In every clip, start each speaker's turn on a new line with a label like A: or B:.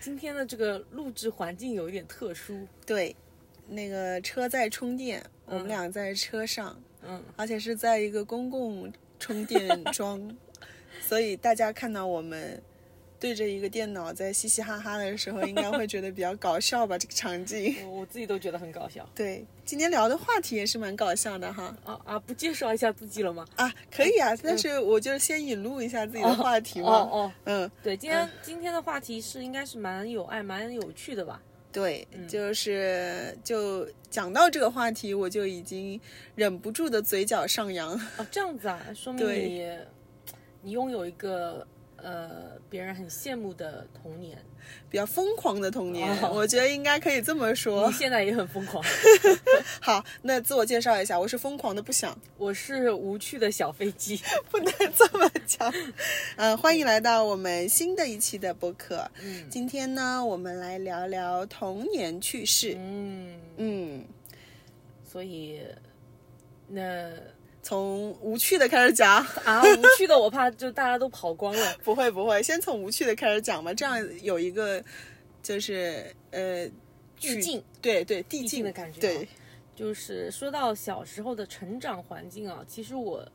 A: 今天的这个录制环境有一点特殊，
B: 对，那个车在充电，我们俩在车上，
A: 嗯，
B: 而且是在一个公共充电 桩，所以大家看到我们对着一个电脑在嘻嘻哈哈的时候，应该会觉得比较搞笑吧？这个场景。
A: 我我自己都觉得很搞笑。
B: 对，今天聊的话题也是蛮搞笑的哈。
A: 啊啊，不介绍一下自己了吗？
B: 啊，可以啊，但是我就先引入一下自己的话题
A: 哦
B: 嘛。
A: 哦，
B: 嗯，
A: 对，今天、今天的话题是应该是蛮有爱、蛮有趣的吧？
B: 对，
A: 嗯
B: 就是就讲到这个话题，我就已经忍不住的嘴角上扬。
A: 哦，这样子啊，说明
B: 对
A: 你你拥有一个呃别人很羡慕的童年，
B: 比较疯狂的童年，
A: 哦
B: 我觉得应该可以这么
A: 你
B: 说。
A: 现在也很疯 狂。
B: 好，那自我介绍一下，我是疯狂的不想，
A: 我是无趣的小飞机，
B: 不能这么讲。嗯，欢迎来到我们新的一期的播客。
A: 嗯
B: 今天呢，我们来聊聊童年趣事。
A: 嗯，
B: 嗯，
A: 所以那
B: 从无趣的开始讲，
A: 啊无趣的我怕就大家都跑光了。
B: 不会不会，先从无趣的开始讲吧，这样有一个就是呃。
A: 意境，
B: 对对，递
A: 进
B: 进
A: 的感觉
B: 对
A: 啊，就是说到小时候的成长环境啊，其实我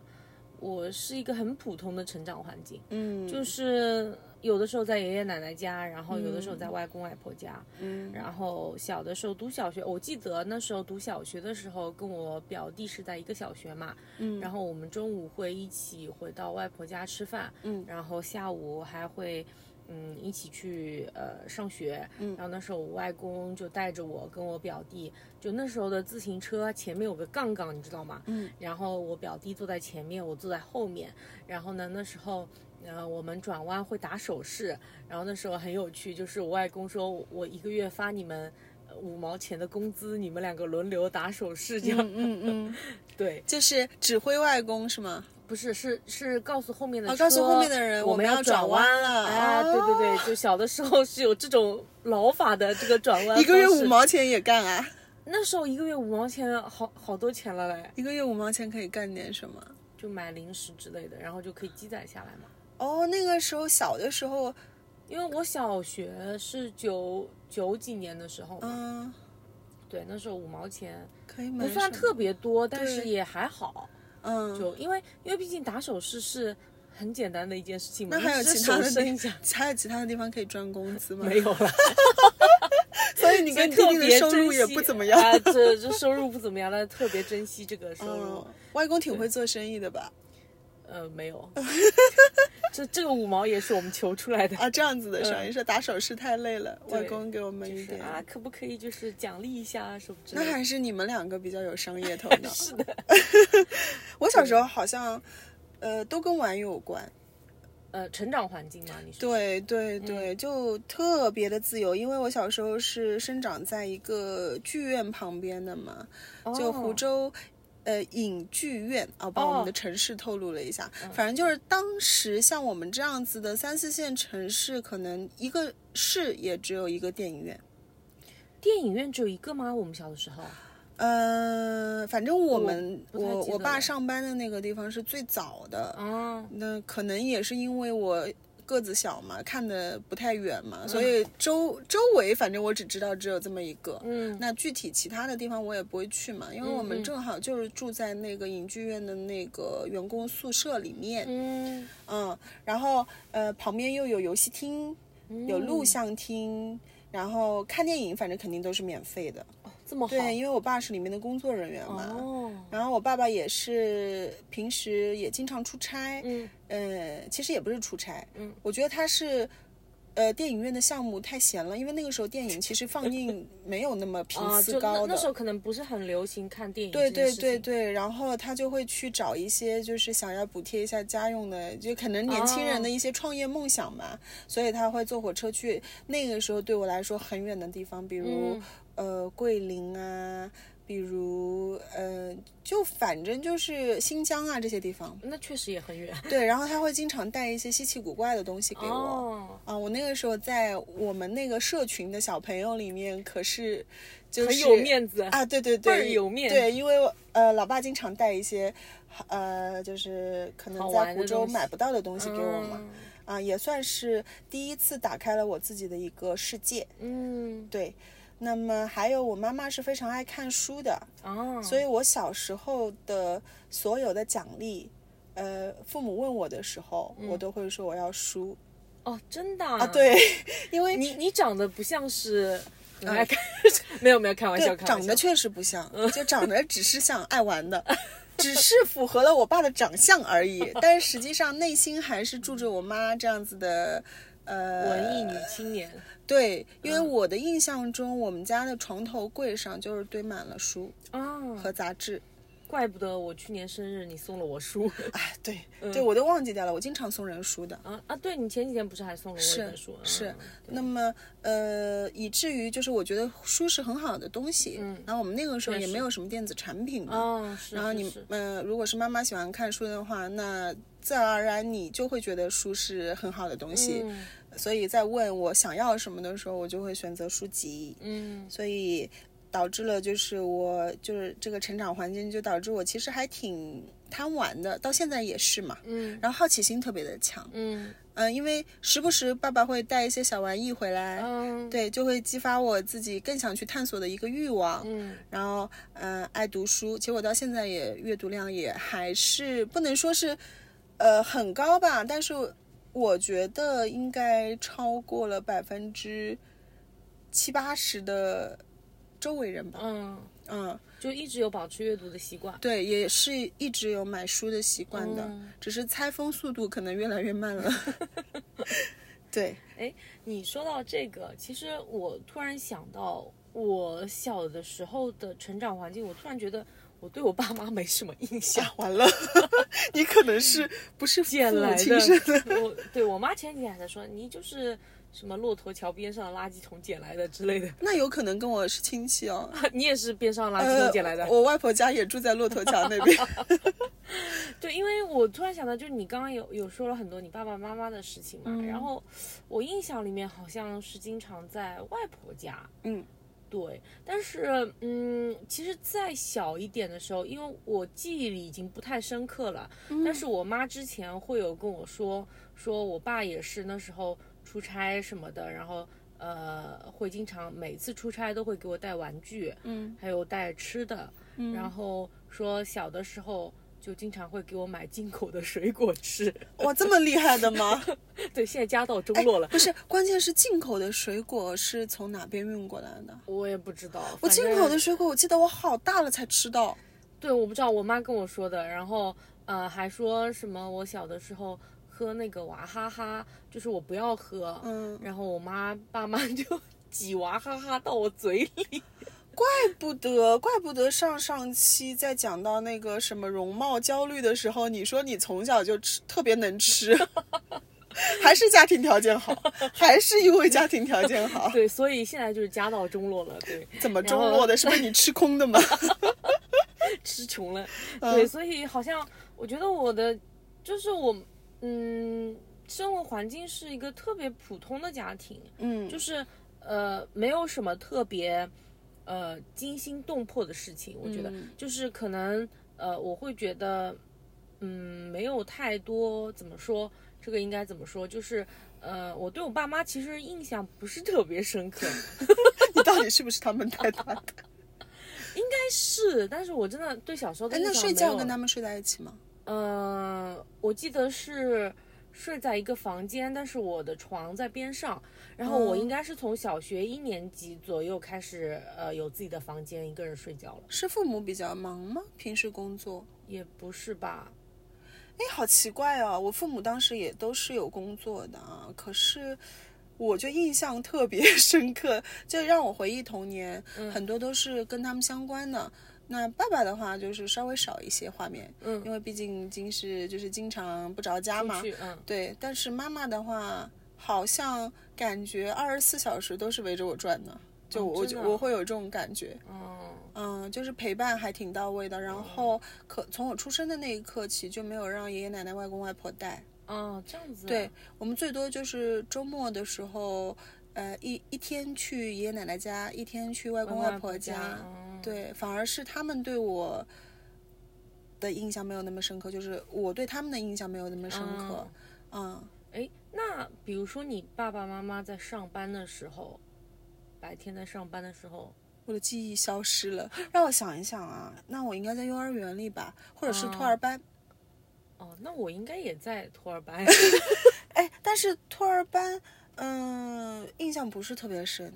A: 我是一个很普通的成长环境，
B: 嗯，
A: 就是有的时候在爷爷奶奶家，然后有的时候在外公外婆家，
B: 嗯
A: 然后小的时候读小学，我记得那时候读小学的时候，跟我表弟是在一个小学嘛，
B: 嗯
A: 然后我们中午会一起回到外婆家吃饭，
B: 嗯
A: 然后下午还会。嗯，一起去呃上学，
B: 嗯
A: 然后那时候我外公就带着我跟我表弟，就那时候的自行车前面有个杠杠，你知道吗？
B: 嗯，
A: 然后我表弟坐在前面，我坐在后面，然后呢那时候。呃，我们转弯会打手势，然后那时候很有趣，就是我外公说，我一个月发你们呃五毛钱的工资，你们两个轮流打手势，这样、
B: 嗯嗯，
A: 对，
B: 就是指挥外公是吗？
A: 不是，是是告诉后面的
B: 啊
A: 车，
B: 告诉后面的人
A: 我
B: 我们要
A: 要
B: 转
A: 弯
B: 弯了
A: 哎，
B: 哦
A: 对对对，就小的时候是有这种老法的这个转弯，
B: 一个月五，毛钱也干啊？
A: 那时候一个月五毛钱，好好多钱了嘞，
B: 一个月五毛钱可以干点什么？
A: 就买零食之类的，然后就可以积攒下来嘛。
B: 哦，那个时候小的时候，
A: 因为我小学是九九几年的时候嘛，
B: 嗯、哎
A: 对，那时候五毛钱
B: 可以买
A: 不算
B: 什么
A: 特别多，但是
B: 对
A: 也还好，
B: 嗯，
A: 就因为因为毕竟打手势是很简单的一件事情嘛，
B: 那还有
A: 你只
B: 其
A: 是
B: 他
A: 手
B: 的
A: 伸一
B: 地
A: 下。，
B: 还有其他的地方可以赚工资吗？
A: 没 有了，
B: 所以 你跟弟
A: 特
B: 弟的
A: 别
B: 收入
A: 珍
B: 也
A: 惜
B: 不怎么 样。
A: 啊，这这收入不怎么样，但特别珍惜这个收入
B: 嗯。，外公挺会做生意的吧？
A: 呃，没有， 这这个五毛也是我们求出来的。
B: 啊，这样子的是吧？你说打手势太累了，外
A: 嗯对
B: 公给我们
A: 就
B: 一
A: 是
B: 点。
A: 啊，可不可以就是奖励一下啊什么之
B: 那
A: 类的？
B: 还是你们两个比较有商业头 脑。
A: 是的，
B: 我小时候好像，呃，都跟玩有关。
A: 呃，成长环境嘛，你说
B: 对
A: 嗯
B: 对对，就特别的自由，因为我小时候是生长在一个剧院旁边的嘛，就湖州。呃，影剧院啊，把我们
A: 哦
B: 的
A: 嗯
B: 城市透露了一下。反正就是当时像我们这样子的三四线城市，可能一个市也只有一个电影院。
A: 电影院只有一个吗？我们小的时候，
B: 啊呃，反正我们
A: 不太
B: 我
A: 记
B: 我
A: 得
B: 爸
A: 了
B: 上班的那个地方是最早的，
A: 啊，
B: 那可能也是因为我个子小嘛，看的不太远嘛，所以周周围反正我只知道只有这么一个。
A: 嗯，
B: 那具体其他的地方我也不会去嘛，因为
A: 嗯
B: 我们
A: 嗯
B: 正好就是住在那个影剧院的那个员工宿舍里面，
A: 嗯，
B: 嗯，然后呃旁边又有游戏厅，有录
A: 嗯，
B: 像厅，然后看电影反正肯定都是免费的，
A: 这么好，
B: 对，因为我爸是里面的工作人员嘛，
A: 哦，
B: 然后我爸爸也是平时也经常出差，
A: 嗯，
B: 呃，其实也不是出差，
A: 嗯，
B: 我觉得他是，呃，电影院的项目太闲了，因为那个时候电影其实放映没有那么频
A: 啊，
B: 次
A: 就
B: 高
A: 那
B: 的，
A: 那时候可能不是很流行看电影，
B: 对对对，对，然后他就会去找一些就是想要补贴一下家用的，就可能年轻人的
A: 哦
B: 一些创业梦想嘛，所以他会坐火车去那个时候对我来说很远的地方，比如、
A: 嗯
B: 呃桂林啊。比如，呃，就反正就是新疆啊这些地方，
A: 那确实也很远。
B: 对，然后他会经常带一些稀奇古怪的东西给我。
A: 哦，
B: 啊，我那个时候在我们那个社群的小朋友里面，可是就是
A: 很有面子
B: 啊，对对
A: 倍儿
B: 对，
A: 有面
B: 对，因为我呃，老爸经常带一些呃，就是可能
A: 好
B: 在
A: 玩
B: 湖
A: 的
B: 州
A: 东西
B: 买不到的东西给我嘛。
A: 嗯
B: 啊，也算是第一次打开了我自己的一个世界。
A: 嗯，
B: 对，那么还有我妈妈是非常爱看书的，
A: 啊，
B: 所以我小时候的所有的奖励，呃，父母问我的时候，
A: 嗯
B: 我都会说我要书。
A: 哦，真的
B: 啊
A: 啊，
B: 对，因为
A: 你你长得不像是很爱看， 没有没有开玩笑，
B: 对
A: 开玩笑
B: 长得确实不 像，就长得只是像爱玩的，只是符合了我爸的长相而已。但是实际上内心还是住着我妈这样子的，呃，
A: 文艺女嗯青年，
B: 对，因为我的印象中，我们家的床头柜上就是堆满了书
A: 啊，
B: 和杂志。
A: 怪不得我去年生日你送了我书
B: 哎，对
A: 嗯
B: 对，我都忘记掉了，我经常送人书的。
A: 啊啊！对你前几天不是还送了我一本书？
B: 是
A: 嗯，
B: 那么呃，以至于就是我觉得书是很好的东西。嗯，然后我们那个时候
A: 确
B: 也
A: 实
B: 没有什么电子产品嘛。
A: 哦，是。
B: 然后你
A: 是是
B: 呃，如果是妈妈喜欢看书的话，那自然而然你就会觉得书是很好的东西。
A: 嗯
B: 所以在问我想要什么的时候，我就会选择书籍。
A: 嗯
B: 所以导致了就是我就是这个成长环境，就导致我其实还挺贪玩的，到现在也是嘛。
A: 嗯
B: 然后好奇心特别的强，
A: 嗯
B: 嗯，因为时不时爸爸会带一些小玩意回来，
A: 嗯，
B: 对，就会激发我自己更想去探索的一个欲望。
A: 嗯
B: 然后，嗯、爱读书，其实我到现在也阅读量也还是不能说是，呃，很高吧，但是我觉得应该超过了百分之七八十的周围人吧。
A: 嗯，
B: 嗯，
A: 就一直有保持阅读的习惯。
B: 对，也是一直有买书的习惯的，
A: 嗯
B: 只是拆封速度可能越来越 慢了。对，
A: 你说到这个，其实我突然想到，我小的时候的成长环境，我突然觉得我对我爸妈没什么印象。
B: 啊完了，你可能是不是父
A: 捡来的
B: 母亲生 的？
A: 我对我妈前几天还在说，你就是什么骆驼桥边上的垃圾桶捡来的之类的，
B: 那有可能跟我是亲戚哦。
A: 你也是边上垃圾桶捡来的。
B: 呃我外婆家也住在骆驼桥那边。
A: 对，因为我突然想到，就是你刚刚有有说了很多你爸爸妈妈的事情嘛，
B: 嗯
A: 然后我印象里面好像是经常在外婆家，
B: 嗯，
A: 对，但是嗯，其实再小一点的时候，因为我记忆里已经不太深刻了，但
B: 嗯
A: 是我妈之前会有跟我说，说我爸也是那时候出差什么的，然后呃，会经常每次出差都会给我带玩具，
B: 嗯，
A: 还有带吃的，然后说小的时候。就经常会给我买进口的水果吃，
B: 哇，这么厉害的吗？
A: 对，现在家道中落了，
B: 哎不是，关键是进口的水果是从哪边运过来的？
A: 我也不知道。
B: 我
A: 反
B: 进
A: 正
B: 口的水果，我记得我好大了才吃到。
A: 对，我不知道，我妈跟我说的，然后呃还说什么我小的时候喝那个娃哈哈，就是我不要喝，
B: 嗯
A: 然后我妈爸妈 就挤娃哈哈到我嘴里，
B: 怪不得，怪不得上上期在讲到那个什么容貌焦虑的时候，你说你从小就吃特别能吃， 还是家庭条件好，还是因为家庭条件好，
A: 对，所以现在就是家道中落了，对，
B: 怎么
A: 然
B: 中
A: 后
B: 落的？是被你吃空 的吗？
A: 吃穷了，对，所以好像我觉得我的就是我嗯生活环境是一个特别普通的家庭，
B: 嗯
A: 就是呃，没有什么特别呃惊心动魄的事情，我觉得、
B: 嗯
A: 就是可能呃，我会觉得嗯，没有太多怎么说，这个应该怎么说，就是呃，我对我爸妈其实印象不是特别深 刻，
B: 你到底是不是他们带大的？
A: 但是但是我真的对小时候的
B: 哎，
A: 印象没
B: 那
A: 有
B: 睡觉跟
A: 了
B: 他们睡在一起吗？
A: 呃，我记得是睡在一个房间，但是我的床在边上。然后我
B: 哦
A: 应该是从小学一年级左右开始，呃，有自己的房间，一个人睡觉了。
B: 是父母比较忙吗？平时工作？
A: 也不是吧？
B: 哎，好奇怪哦！我父母当时也都是有工作的啊，可是我就印象特别 深刻，就让我回忆童年，
A: 嗯
B: 很多都是跟他们相关的。那爸爸的话就是稍微少一些画面，
A: 嗯
B: 因为毕竟经是就是经常不着家嘛
A: 出，去，嗯，
B: 对。但是妈妈的话，好像感觉二十四小时都是围着我转的，就
A: 哦
B: 我、
A: 真
B: 就
A: 的啊
B: 我会有这种感觉，
A: 哦，
B: 嗯，就是陪伴还挺到位的。然后可从我出生的那一刻起，就没有让爷爷奶奶、外公外婆带。
A: 哦，这样子啊，
B: 对我们最多就是周末的时候，呃，一一天去爷爷奶奶家，一天去外
A: 外
B: 公
A: 外
B: 婆
A: 家，哦，
B: 对，反而是他们对我的印象没有那么深刻，就是我对他们的印象没有那么深刻。嗯，
A: 哎，那比如说你爸爸妈妈在上班的时候，白天在上班的时候，
B: 我的记忆消失了，让我想一想啊，那我应该在幼儿园里吧，或者是托儿班。
A: 哦，那我应该也在托儿班。
B: 哎，但是托儿班，嗯、印象不是特别深。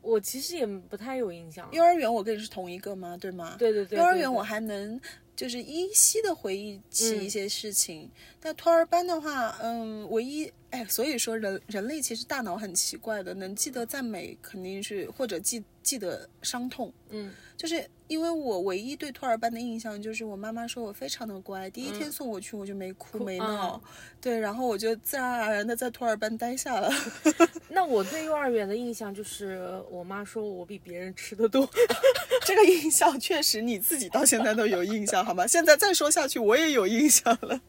A: 我其实也不太有印象。
B: 幼儿园我跟你是同一个吗？对吗？
A: 对对对，
B: 幼儿
A: 对
B: 园
A: 对
B: 我还能就是依稀的回忆起
A: 嗯
B: 一些事情，但托儿班的话，嗯，唯一哎，所以说人人类其实大脑很奇怪的，能记得赞美肯定是或者记记得伤痛，
A: 嗯
B: 就是因为我唯一对托儿班的印象就是我妈妈说我非常的乖，第一天送我去我就没哭没闹，
A: 嗯
B: 对，然后我就自然而然的在托儿班待下了。
A: 那我对幼儿园的印象就是，我妈说我比别人吃的多。
B: 这个印象确实你自己到现在都有印象，好吗？现在再说下去，我也有印象了。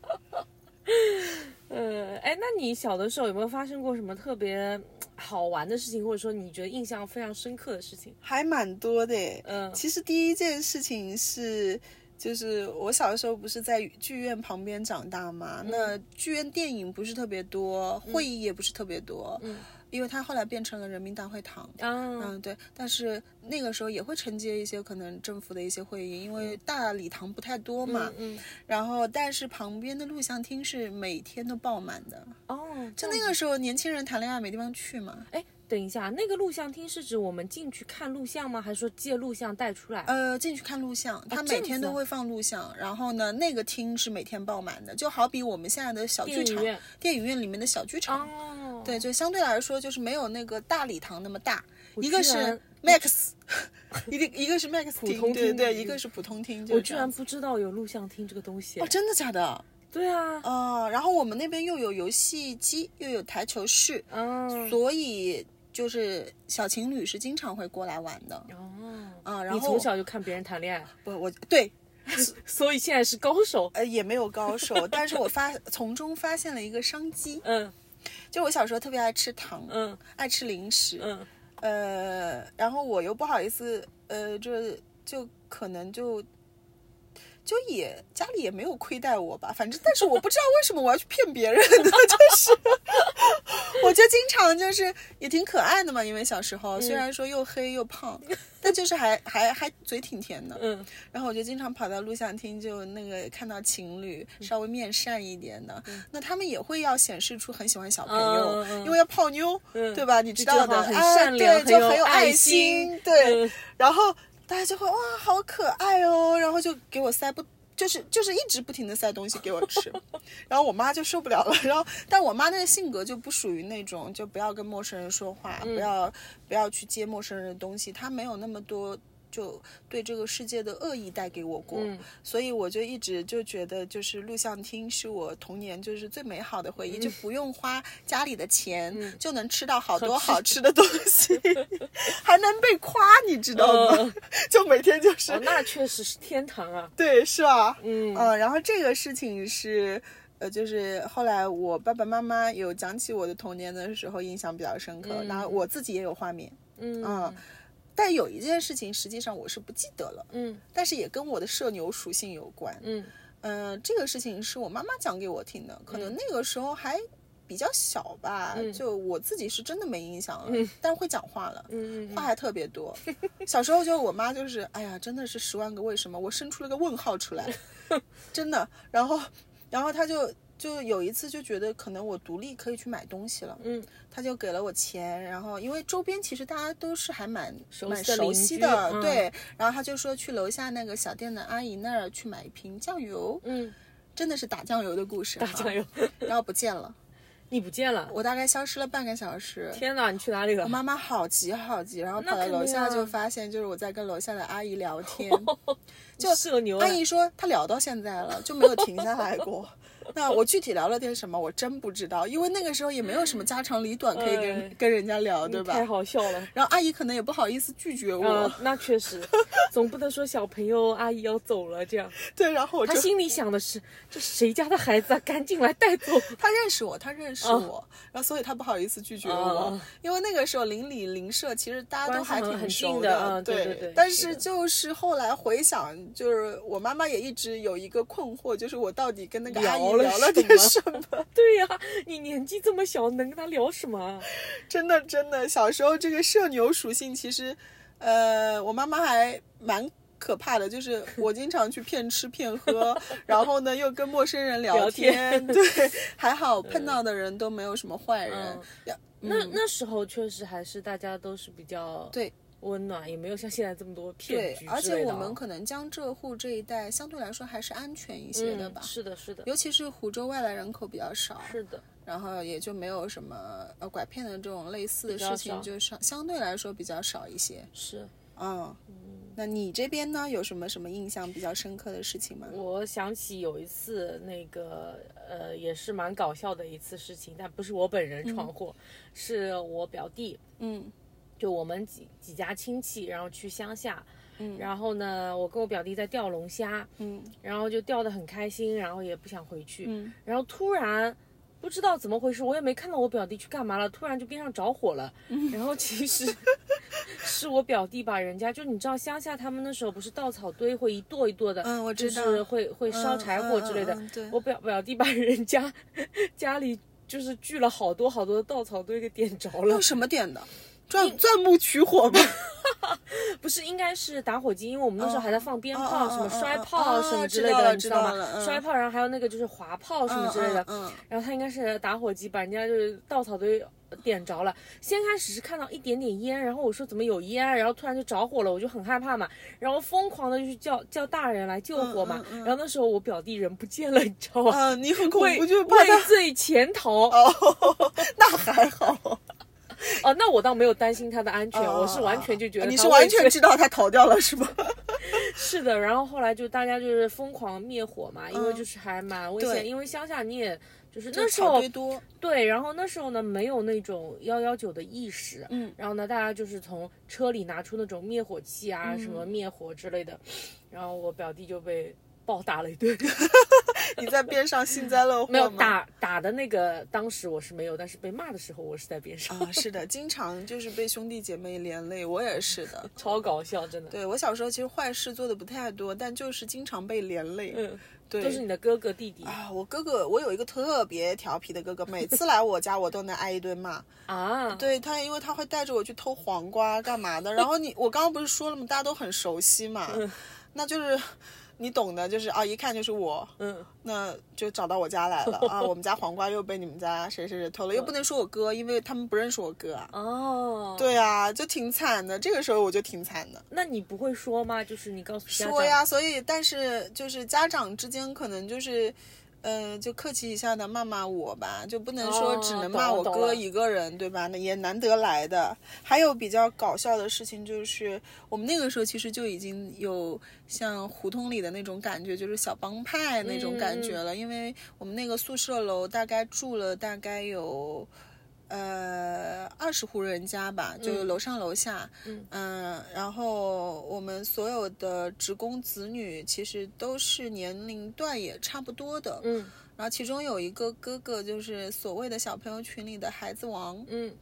A: 呃，哎，那你小的时候有没有发生过什么特别嗯好玩的事情，或者说你觉得印象非常深刻的事情？
B: 还蛮多的诶。
A: 嗯
B: 其实第一件事情是，就是我小的时候不是在剧院旁边长大嘛，那剧院电影不是特别多，会议也不是特别多，
A: 嗯
B: 因为它后来变成了人民大会堂。
A: 啊，
B: 嗯，对，但是那个时候也会承接一些可能政府的一些会议，因为大礼堂不太多嘛。
A: 嗯，
B: 然后，但是旁边的录像厅是每天都爆满的。
A: 哦，
B: 就
A: 就
B: 那个时候，年轻人谈恋爱没地方去嘛。
A: 哎，等一下，那个录像厅是指我们进去看录像吗？还是说借录像带出来？
B: 呃，进去看录像，他
A: 这
B: 每
A: 样
B: 天
A: 子
B: 都
A: 啊
B: 会放录像。然后呢，那个厅是每天爆满的，就好比我们现在的小剧
A: 电影
B: 场、
A: 院？
B: 电影院里面的小剧场，
A: 哦，
B: 对，就相对来说就是没有那个大礼堂那么大。
A: 我
B: 一
A: 居
B: 个是
A: 然
B: Max，一个一个是 Max
A: 普
B: 厅，
A: 通
B: 对
A: 厅
B: 对，
A: 嗯
B: 一个是普通厅。就
A: 我
B: 是
A: 居
B: 这样
A: 然
B: 子
A: 不知道有录像厅这个东西
B: 哦，。真的假的？
A: 对啊，
B: 哦，然后我们那边又有游戏机，又有台球室，
A: 嗯，
B: 所以就是小情侣是经常会过来玩的。
A: 哦，
B: 啊，然
A: 你
B: 后
A: 从小就看别人谈恋爱，
B: 不，我对
A: 所以现在是高手。
B: 呃，也没有高手，但是我发从中发现了一个商机。
A: 嗯
B: 就我小时候特别爱吃糖，
A: 嗯
B: 爱吃零食，
A: 嗯
B: 呃，然后我又不好意思，呃，就就可能就就也家里也没有亏待我吧，反正但是我不知道为什么我要去骗别人呢，就是我就经常就是也挺可爱的嘛，因为小时候虽然说又黑又胖，但就是还还还嘴挺甜的，
A: 嗯，
B: 然后我就经常跑到录像厅，就那个看到情侣
A: 嗯
B: 稍微面善一点的，那他们也会要显示出很喜欢小朋友，
A: 嗯嗯嗯
B: 因为要泡妞，
A: 嗯
B: 对吧？你知道
A: 就
B: 的，
A: 好很
B: 哎
A: 善良
B: 对，
A: 很
B: 就
A: 有
B: 很有
A: 爱
B: 爱
A: 心
B: 对。
A: 嗯
B: 然后大家就会哇，好可爱哦，然后就给我塞不。就是就是一直不停的塞东西给我吃，然后我妈就受不了了。然后，但我妈的性格就不属于那种就不要跟陌生人说话，
A: 嗯
B: 不要不要去接陌生人的东西，她没有那么多就对这个世界的恶意带给我过。
A: 嗯
B: 所以我就一直就觉得，就是录像厅是我童年就是最美好的回忆，就不用花家里的钱、
A: 嗯
B: 就能吃到好多好吃的东西， 还能被夸，你知道吗？
A: 嗯
B: 就每天就是、
A: 哦，那确实是天堂啊。
B: 对，是吧？
A: 嗯
B: 呃，然后这个事情是。呃，就是后来我爸爸妈妈有讲起我的童年的时候，印象比较深刻。
A: 嗯
B: 然后我自己也有画面，
A: 嗯
B: 嗯但有一件事情实际上我是不记得了，
A: 嗯
B: 但是也跟我的社牛属性有关。
A: 嗯
B: 嗯，这个事情是我妈妈讲给我听的，可能那个时候还比较小吧，
A: 嗯
B: 就我自己是真的没印象了，
A: 嗯
B: 但是会讲话了。
A: 嗯，
B: 话还特别多， 小时候就我妈就是，哎呀，真的是十万个为什么，我生出了个问号 出来，真的。然后，然后她就就有一次就觉得可能我独立可以去买东西了，
A: 嗯
B: 她就给了我钱，然后因为周边其实大家都是还蛮
A: 熟
B: 蛮
A: 悉的
B: 熟
A: 邻
B: 悉
A: 居
B: 的，
A: 嗯
B: 对。然后她就说去楼下那个小店的阿姨那儿去买一瓶酱油，
A: 嗯，
B: 真的是打酱油的故事，
A: 打酱，油，
B: 然后不见了，
A: 你不见了。
B: 我大概消失了半个小时。
A: 天哪，你去哪里了
B: 我？妈妈好急好急，然后跑到
A: 那肯定啊
B: 楼下就发现，就是我在跟楼下的阿姨 聊天。
A: 就社牛啊
B: 阿！姨说她聊到现在了，就没有停下来过。 那我具体聊了点什么，我真不知道，因为那个时候也没有什么家长里短可以跟人、
A: 哎
B: 跟人家聊，对吧
A: 太？好笑了。
B: 然后阿姨可能也不好意思拒绝我，
A: 呃，那确实，总不能说小朋友阿姨要走了这样。
B: 对，然后我
A: 他
B: 就
A: 心里想的是，这谁家的孩子啊，赶紧来带走。
B: 他认识我，他认识
A: 嗯
B: 我，然后所以他不好意思拒绝我，
A: 哦
B: 因为那个时候邻里邻舍其实大家都还挺熟
A: 关系很很近的嗯
B: 对
A: 对对对
B: 但
A: 是
B: 是
A: 的
B: 就是后来回想，就是我妈妈也一直有一个困惑，就是我到底跟那个阿
A: 聊聊
B: 姨
A: 了
B: 聊了点什么？
A: 对呀、你年纪这么小，能跟他聊什么啊？
B: 真的真的，小时候这个社牛属性其实，呃，我妈妈还蛮可怕的，就是我经常去骗吃骗喝，然后呢又跟陌生人聊
A: 聊天
B: 对，还好碰到的人都没有什么坏人
A: 嗯，
B: 要
A: 那那时候确实还是大家都是比较
B: 对
A: 温暖，也没有像现在这么多骗
B: 对
A: 局，
B: 而
A: 之
B: 且
A: 类的
B: 我
A: 啊
B: 们可能江浙沪这一带相对来说还是安全一些的
A: 嗯
B: 吧，
A: 是的，是的，
B: 尤其是湖州外来人口比较少，
A: 是的，
B: 然后也就没有什么呃拐骗的这种类似的
A: 比较
B: 事情，
A: 少
B: 就相相对来说比较少一些。
A: 是。
B: 嗯，那你这边呢，有什么什么印象比较深刻的事情吗？
A: 我想起有一次，那个呃，也是蛮搞笑的一次事情，但不是我本人闯祸，是我表弟，
B: 嗯
A: 就我们几几家亲戚，然后去乡下，嗯，然后呢，我跟我表弟在钓龙虾，
B: 嗯
A: 然后就钓得很开心，然后也不想回去，
B: 嗯
A: 然后突然不知道怎么回事，我也没看到我表弟去干嘛了，突然就边上着火了。
B: 嗯
A: 然后其 实是我表弟把人家，就你知道乡下他们那时候不是稻草堆会一垛一垛的，
B: 嗯我
A: 就
B: 知道
A: 是会会烧
B: 嗯
A: 柴火之类的。
B: 嗯嗯嗯对
A: 我表表弟把人家 家里就是聚了好多好多的稻草堆给点着了
B: 用，什么点
A: 嗯
B: 的？钻钻木取火吗？
A: 不是，应该是打火机，因为我们那时候还在放鞭炮，
B: 哦哦
A: 什么
B: 哦
A: 摔
B: 哦
A: 炮
B: 哦
A: 什么之
B: 知
A: 类
B: 道
A: 的，
B: 了
A: 你知
B: 知
A: 道
B: 道
A: 吗
B: 了？嗯
A: 摔炮，然后还有那个就是滑炮什么 之类的。哦
B: 嗯嗯嗯
A: 然后他应该是打火机把人家就是稻草堆点着了。先开始是看到一点点烟，然后我说怎么有烟啊，然后突然就着火了，我就很害怕嘛，然后疯狂的去叫叫大人来救火嘛。
B: 嗯嗯嗯
A: 然后那时候我表弟人不见了，你知道吗？
B: 嗯，你很恐
A: 畏
B: 怖，就是怕
A: 畏
B: 他
A: 罪潜 逃
B: 哦，那还好，
A: 哦、那我倒没有担心他的安全， 我是完全就觉得
B: 啊你
A: 他
B: 是
A: 畏
B: 完
A: 罪
B: 全知道他逃掉了是吗？
A: 是的，然后后来就大家就是疯狂灭火嘛，因为就是还蛮危险，
B: 对
A: 因为乡下你也 就是那时
B: 草
A: 候
B: 堆多，
A: 对，然后那时候呢没有那种幺幺九的意识，
B: 嗯，
A: 然后呢大家就是从车里拿出那种灭火器啊，什
B: 嗯
A: 么灭火之类的，然后我表弟就被暴打了一 顿，
B: 你在边上幸灾乐祸
A: 没有
B: 吗
A: 打打的那个当时我是没有，但是被骂的时候我是在边上，
B: 啊，是的，经常就是被兄弟姐妹连累，我也是的。
A: 超搞笑，真的，
B: 对我小时候其实坏事做的不太多，但就是经常被连累。
A: 嗯，
B: 对，
A: 都是你的哥哥弟弟
B: 啊，我哥哥，我有一个特别调皮的哥哥，每次来我家我都能挨一顿骂。
A: 啊，
B: 对他，因为他会带着我去偷黄瓜干嘛的。然后你，我刚刚不是说了吗？大家都很熟悉嘛，
A: 嗯
B: 那就是你懂的，就是啊，一看就是我，
A: 嗯，
B: 那就找到我家来了啊。我们家黄瓜又被你们家谁谁谁偷
A: 嗯
B: 了，又不能说我哥，因为他们不认识我哥啊。
A: 哦，
B: 对啊，就挺惨的。这个时候我就挺惨的。
A: 那你不会说吗？就是你告诉家
B: 说
A: 长
B: 呀，所以但是就是家长之间可能就是，呃，就客气一下的骂骂我吧，就不能说
A: 哦
B: 只能
A: 懂
B: 骂
A: 了
B: 我
A: 懂
B: 哥
A: 了
B: 一个人，对吧？那也难得来的。还有比较搞笑的事情就是，我们那个时候其实就已经有像胡同里的那种感觉，就是小帮派那种
A: 嗯
B: 感觉了，因为我们那个宿舍楼大概住了大概有。呃，二十户人家吧，就楼上楼下，嗯、然后我们所有的职工子女其实都是年龄段也差不多的，
A: 嗯
B: 然后其中有一个哥哥就是所谓的小朋友群里的孩子王，
A: 嗯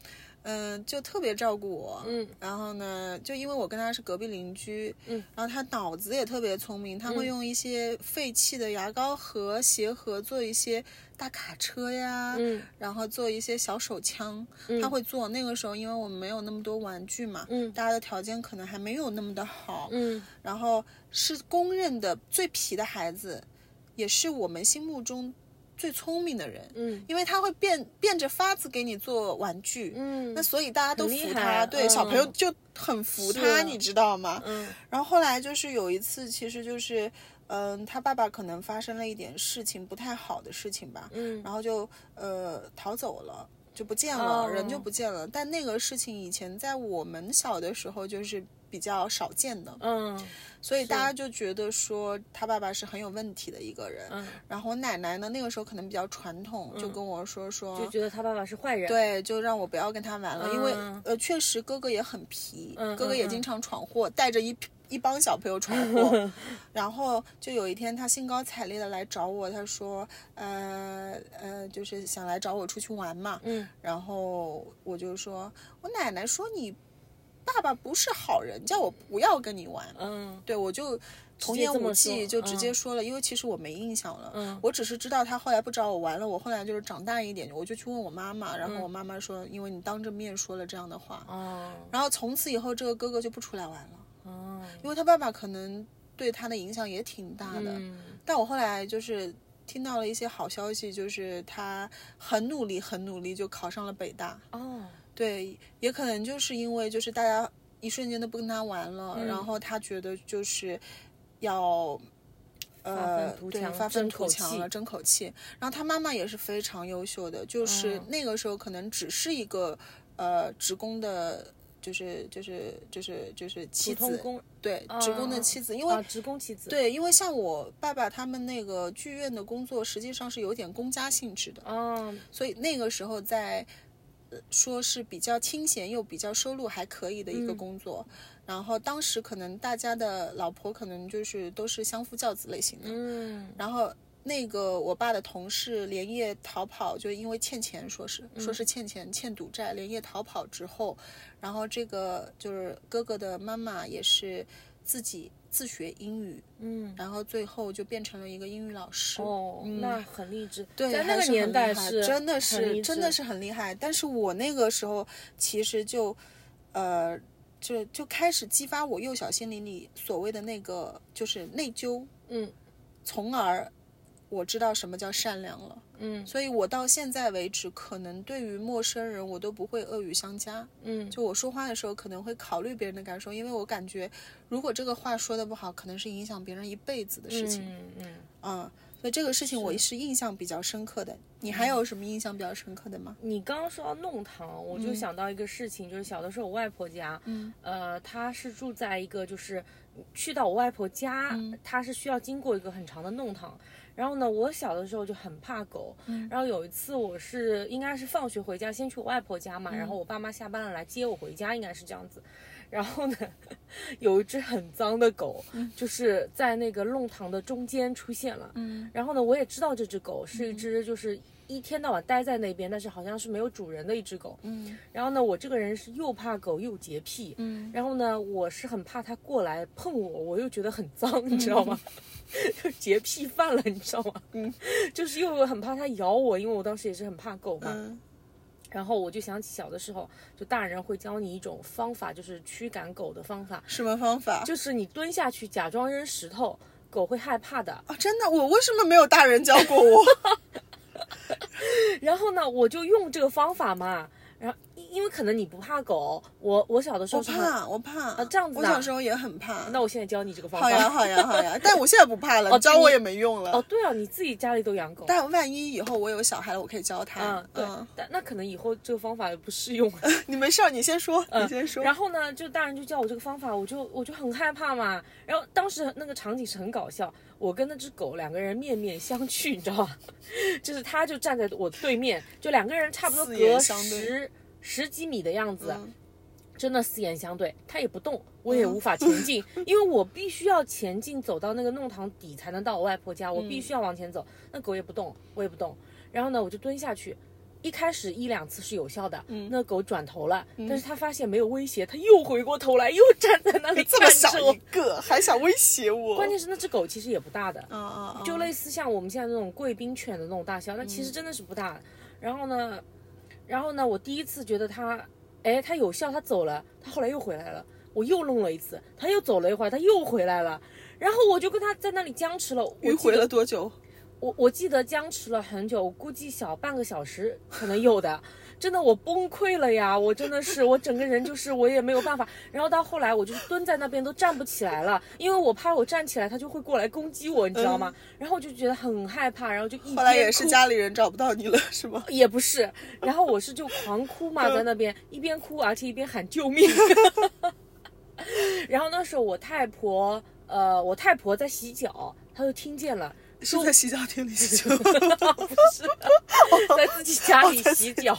B: 嗯、就特别照顾我，
A: 嗯
B: 然后呢，就因为我跟他是隔壁邻居，
A: 嗯，
B: 然后他脑子也特别聪明，他会用一些废弃的牙膏盒、鞋盒做一些大卡车呀，
A: 嗯
B: 然后做一些小手枪，他会做。那个时候，因为我们没有那么多玩具嘛，
A: 嗯
B: 大家的条件可能还没有那么的好，
A: 嗯
B: 然后是公认的最皮的孩子，也是我们心目中最聪明的人，
A: 嗯
B: 因为他会变变着法子给你做玩具，
A: 嗯
B: 那所以大家都
A: 很厉
B: 服
A: 害
B: 他，对、
A: 嗯
B: 小朋友就很服他，
A: 是
B: 你知道吗？
A: 嗯
B: 然后后来就是有一次，其实就是，嗯，他爸爸可能发生了一点事情，不太好的事情吧，
A: 嗯
B: 然后就呃逃走了，就不见了，
A: 哦
B: 人就不见了。但那个事情以前在我们小的时候就是比较少见的，
A: 嗯
B: 所以大家就觉得说他爸爸是很有问题的一个人。
A: 嗯，
B: 然后我奶奶呢，那个时候可能比较传统，就跟我说说，
A: 就觉得他爸爸是坏人。，
B: 对，就让我不要跟他玩了，因为
A: 嗯
B: 呃，确实哥哥也很皮，
A: 嗯
B: 哥哥也
A: 嗯
B: 经常闯祸，带着一批一帮小朋友闯 祸。然后就有一天，他兴高采烈的来找我，他说，呃呃，就是想来找我出去玩嘛。
A: 嗯
B: 然后我就说，我奶奶说你。爸爸不是好人，叫我不要跟你玩。
A: 嗯
B: 对，我就童
A: 接
B: 言
A: 这
B: 无
A: 么
B: 忌，
A: 说
B: 就直接
A: 嗯
B: 说了，因为其实我没印象了，
A: 嗯
B: 我只是知道他后来不找我玩了。我后来就是长大一点，我就去问我妈妈，然后
A: 嗯
B: 我妈妈说，因为你当着面说了这样的话，
A: 哦
B: 然后从此以后这个哥哥就不出来玩了，
A: 哦，
B: 因为他爸爸可能对他的影响也挺大的。
A: 嗯
B: 但我后来就是听到了一些好消息，就是他很努力，很努力就考上了北大。
A: 哦
B: 对，也可能就是因为就是大家一瞬间都不跟他玩了，
A: 嗯
B: 然后他觉得就是要。呃
A: 奋图，
B: 对，
A: 强
B: 发愤
A: 争
B: 图
A: 口
B: 强
A: 气
B: 了，争口气。然后他妈妈也是非常优秀的，就是
A: 嗯
B: 那个时候可能只是一个呃职工的，就是就是就是就是妻
A: 普通
B: 子，
A: 工
B: 对，职工的
A: 嗯
B: 妻子，因为
A: 啊，职工妻子
B: 对，因为像我爸爸他们那个剧院的工作，实际上是有点公家性质的，
A: 哦
B: 所以那个时候在，呃说是比较清闲又比较收入还可以的一个
A: 嗯
B: 工作。然后当时可能大家的老婆可能就是都是相夫教子类型的，
A: 嗯
B: 然后。那个我爸的同事连夜逃跑，就因为欠钱，说是
A: 嗯
B: 说是欠钱欠赌债，连夜逃跑之后，然后这个就是哥哥的妈妈也是自己自学英语，
A: 嗯。
B: 然后最后就变成了一个英语老师。
A: 哦，
B: 嗯
A: 那很励志。
B: 对，
A: 在那
B: 还
A: 个
B: 是很
A: 年
B: 厉
A: 代
B: 害
A: 是
B: 真的
A: 很
B: 是
A: 励
B: 真的
A: 志
B: 是很厉害。但是我那个时候其实就，呃，就就开始激发我幼小心灵里所谓的那个就是内疚，
A: 嗯
B: 从而我知道什么叫善良了。
A: 嗯
B: 所以我到现在为止，可能对于陌生人我都不会恶语相加。
A: 嗯，
B: 就我说话的时候，可能会考虑别人的感受，因为我感觉如果这个话说的不好，可能是影响别人一辈子的事情。
A: 嗯嗯，
B: 嗯，所以这个事情我是印象比较深刻的。你
A: 嗯
B: 还有什么印象比较深刻的吗？
A: 你刚刚说到弄堂，我就
B: 嗯
A: 想到一个事情，就是小的时候我外婆家，
B: 嗯
A: 呃，她是住在一个就是嗯去到我外婆家，
B: 嗯
A: 她是需要经过一个很长的弄堂。然后呢，我小的时候就很怕狗。
B: 嗯
A: 然后有一次，我是应该是放学回家，先去我外婆家
B: 嗯
A: 嘛，然后我爸妈下班了来接我回家，应该是这样子。然后呢，有一只很脏的狗，就是在那个弄堂的中间出现了。
B: 嗯
A: 然后呢，我也知道这只狗是一只就是一天到晚待在那边，但是好像是没有主人的一只狗。
B: 嗯
A: 然后呢，我这个人是又怕狗又洁癖，
B: 嗯
A: 然后呢，我是很怕它过来碰我，我又觉得很脏，你知道吗？ 就洁癖犯了，你知道吗？
B: 嗯，
A: 就是又很怕它咬我，因为我当时也是很怕狗嘛。
B: 嗯
A: 然后我就想起小的时候，就大人会教你一种方法，就是驱赶狗的方法，
B: 什么方法？
A: 就是你蹲下去假装扔石头，狗会害怕的。
B: 哦，真的，我为什么没有大人教过我？
A: 然后呢，我就用这个方法嘛，然后因因为可能你不怕狗，我我小的时
B: 我
A: 候是很，
B: 怕，我怕。
A: 啊这样子
B: 我
A: 的
B: 小时候也很怕。
A: 那我现在教你这个方
B: 好呀，
A: 法。
B: 好呀，好呀！但我现在不怕了，
A: 哦
B: 你教我
A: 你
B: 也没用了。
A: 哦， 对啊，你自己家里都养狗，
B: 但万一以后我有小孩了，我可以教他
A: 嗯。，对，但那可能以后这个方法也不适用。
B: 你没事儿，你先说，你先说。
A: 嗯然后呢，就大人就教我这个方法，我就我就很害怕嘛。然后当时那个场景是很搞笑，我跟那只狗两个人面面相觑，你知道吧？ 就是它就站在我对面，就两个人差不多
B: 四眼
A: 隔
B: 相对
A: 十十几米的样子，
B: 嗯
A: 真的四眼相对，它也不动，我也无法前 进，因为我必须要前进走到那个弄堂底才能到我外婆家，我必
B: 嗯
A: 须要往前走。那狗也不动，我也不动，然后呢，我就蹲下去。一开始一两次是有效的，那狗转头了，但是它发现没有威胁，它又回过头来，又站在那里
B: 这么
A: 看着
B: 小
A: 我
B: 一。个，还想威胁我？
A: 关键是那只狗其实也不大的，
B: 啊啊啊！
A: 就类似像我们现在那种贵宾犬的那种大小，那其实真的是不大。然后呢，然后呢，我第一次觉得它，哎，它有效，它走了，它后来又回来了，我又弄了一次，它又走了一会儿，它又回来了，然后我就跟它在那里僵持了，我
B: 迂
A: 记
B: 回
A: 得
B: 了多久？
A: 我我记得僵持了很久，我估计小半个小时可能有的，真的我崩溃了呀！我真的是，我整个人就是我也没有办法。然后到后来，我就是蹲在那边都站不起来了，因为我怕我站起来它就会过来攻击我，你知道吗？然后我就觉得很害怕，然后就一边
B: 嗯后来也是
A: 哭
B: 家里人找不到你了，是吗？
A: 也不是，然后我是就狂哭嘛，
B: 嗯
A: 在那边一边哭，而且一边喊救命。 然后那时候我太婆，呃，我太婆在洗脚，她就听见了，
B: 是在洗脚厅里洗 脚。
A: 不是，在自己家里洗 脚，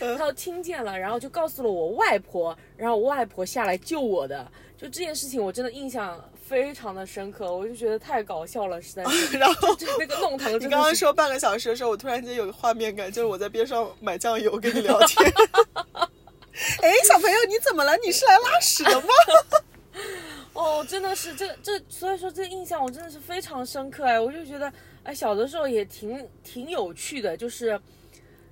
B: 嗯
A: 然后听见了，然后就告诉了我外婆，然后我外婆下来救我的。就这件事情，我真的印象非常的深刻，我就觉得太搞笑了，实在是。
B: 然后
A: 就那个弄堂
B: 你
A: 真
B: 刚刚
A: 的是，
B: 说半个小 时的时候，我突然间有个画面感，就是我在边上买酱油跟你聊天。哎，小朋友，你怎么了？你是来拉屎的吗？
A: 哦，真的是这这，所以说这印象我真的是非常深刻哎，我就觉得哎，小的时候也挺挺有趣的，就是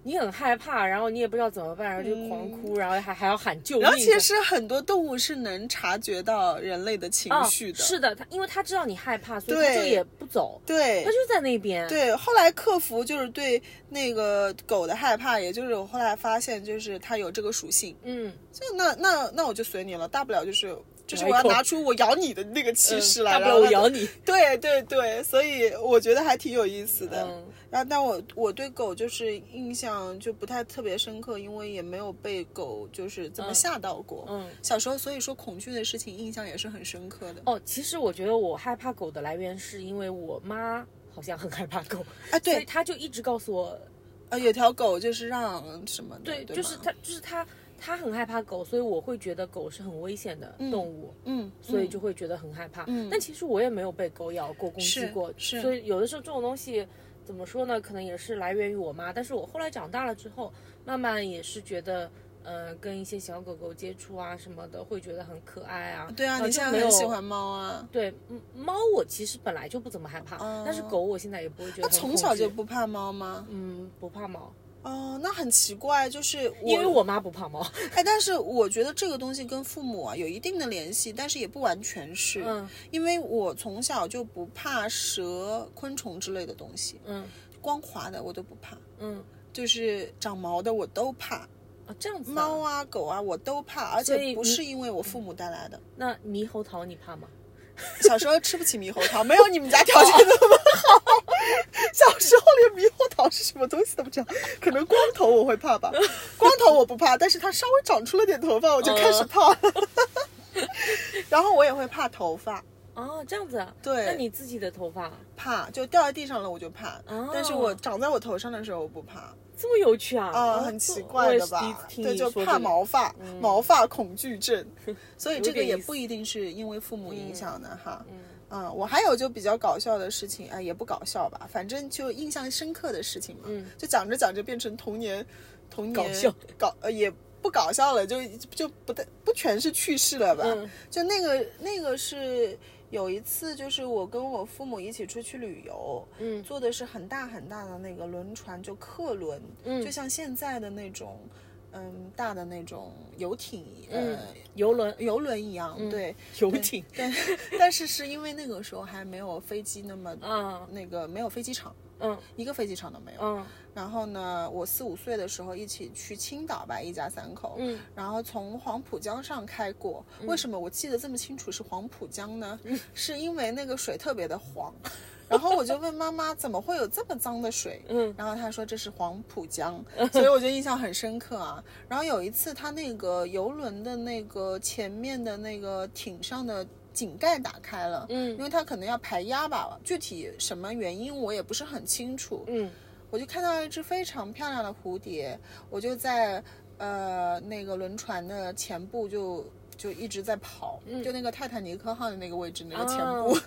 A: 你很害怕，然后你也不知道怎么办，然后就狂哭，然后还还要喊救命。
B: 嗯然后其实很多动物是能察觉到人类的情
A: 哦
B: 绪的，
A: 是的，他因为他知道你害怕，所以他
B: 对
A: 就也不走，
B: 对
A: 他就在那边。
B: 对。后来克服就是对那个狗的害怕，也就是我后来发现，就是它有这个属性，
A: 嗯，
B: 就那那那我就随你了，大不了就是就是我
A: 咬一
B: 要
A: 哎口嗯
B: 拿出我咬你的那个气势来，
A: 大不
B: 然
A: 了
B: 后
A: 我
B: 它
A: 咬你。
B: 对哎对对，所以我觉得还挺有意思的。
A: 嗯
B: 然后，但我我对狗就是印象就不太特别深刻，因为也没有被狗就是怎么吓到过。
A: 嗯
B: 小时候所以说恐惧的事情印象也是很深刻的。
A: 哦，其实我觉得我害怕狗的来源是因为我妈好像很害怕狗，
B: 哎，
A: 所以
B: 对，
A: 她就一直告诉我，
B: 呃，有条狗就是让什么的，对
A: 对，就
B: 吗，
A: 是她，就是她，她很害怕狗，所以我会觉得狗是很危险的动物。
B: 嗯，
A: 所以
B: 嗯
A: 就会觉得很害怕。
B: 嗯
A: 但其实我也没有被狗咬过、攻击
B: 是
A: 过，
B: 是
A: 所以有的时候这种东西怎么说呢？可能也是来源于我妈。但是我后来长大了之后，慢慢也是觉得，呃，跟一些小狗狗接触啊什么的，会觉得很可爱啊。
B: 对
A: 然
B: 啊，
A: 后
B: 你
A: 就
B: 现在
A: 没有
B: 很喜。欢猫啊，
A: 对，嗯猫我其实本来就不怎么害怕，
B: 哦
A: 但是狗我现在也不会觉得很恐惧。
B: 从小就不怕猫吗？
A: 嗯不怕猫，
B: 哦，那很奇怪，就是我
A: 因为我妈不怕 猫。
B: 哎，但是我觉得这个东西跟父母啊有一定的联系，但是也不完全是，
A: 嗯
B: 因为我从小就不怕蛇、昆虫之类的东西，
A: 嗯
B: 光滑的我都不怕，
A: 嗯
B: 就是长毛的我都怕，
A: 啊这样子、啊。
B: 猫啊、狗啊我都怕，而
A: 所以
B: 且不
A: 你
B: 是因为我父母带来的。
A: 那猕猴桃你怕吗？
B: 小时候吃不起猕猴桃，没有你们家条件那么好。小时候连猕猴桃是什么东西都不知道，可能光头我会怕吧，光头我不怕，但是它稍微长出了点头发，我就开始怕了。 然后我也会怕头发，
A: 哦，这样子啊。
B: 对
A: 那你自己的头发
B: 怕就掉在地上了我就怕，
A: 哦
B: 但是我长在我头上的时候我不怕，
A: 这么有趣啊！
B: 啊，
A: 哦
B: 很
A: 这
B: 奇
A: 我
B: 怪
A: 也
B: 的
A: 是第一
B: 吧
A: 次？听
B: 对，
A: 你
B: 就
A: 说
B: 怕
A: 这个嗯
B: 毛发，毛发恐 惧症，所以
A: 有
B: 这个
A: 点
B: 也
A: 意思
B: 不一定是因为父母影响的哈。
A: 嗯
B: 嗯，我还有就比较搞笑的事情，哎，也不搞笑吧，反正就印象深刻的事情嘛。
A: 嗯
B: 就讲着讲着变成童年，童年
A: 搞笑
B: 搞呃也不搞笑了，就就不太不全是趣事了吧？
A: 嗯
B: 就那个那个是有一次，就是我跟我父母一起出去旅游，
A: 嗯
B: 坐的是很大很大的那个轮船，就客轮，
A: 嗯
B: 就像现在的那种，嗯，大的那种游艇，
A: 嗯
B: 呃，
A: 游轮、
B: 游轮一样，对，
A: 游艇
B: 但但是是因为那个时候还没有飞机那么，
A: 啊，
B: 那个没有飞机场，
A: 嗯
B: 一个飞机场都没有。
A: 嗯
B: 然后呢，我四五岁的时候一起去青岛吧，一家三口，
A: 嗯
B: 然后从黄浦江上开过。为什么我记得这么清楚是黄浦江呢？
A: 嗯
B: 是因为那个水特别的黄。 然后我就问妈妈，怎么会有这么脏的水？
A: 嗯
B: 然后她说这是黄浦 江，所以我就印象很深刻啊。然后有一次，他那个游轮的那个前面的那个艇上的井盖打开了，
A: 嗯
B: 因为他可能要排压吧，具体什么原因我也不是很清楚。
A: 嗯
B: 我就看到一只非常漂亮的蝴蝶，我就在呃那个轮船的前部就就一直在跑，
A: 嗯
B: 就那个泰坦尼克号的那个位置那个前
A: 哦
B: 部，
A: 啊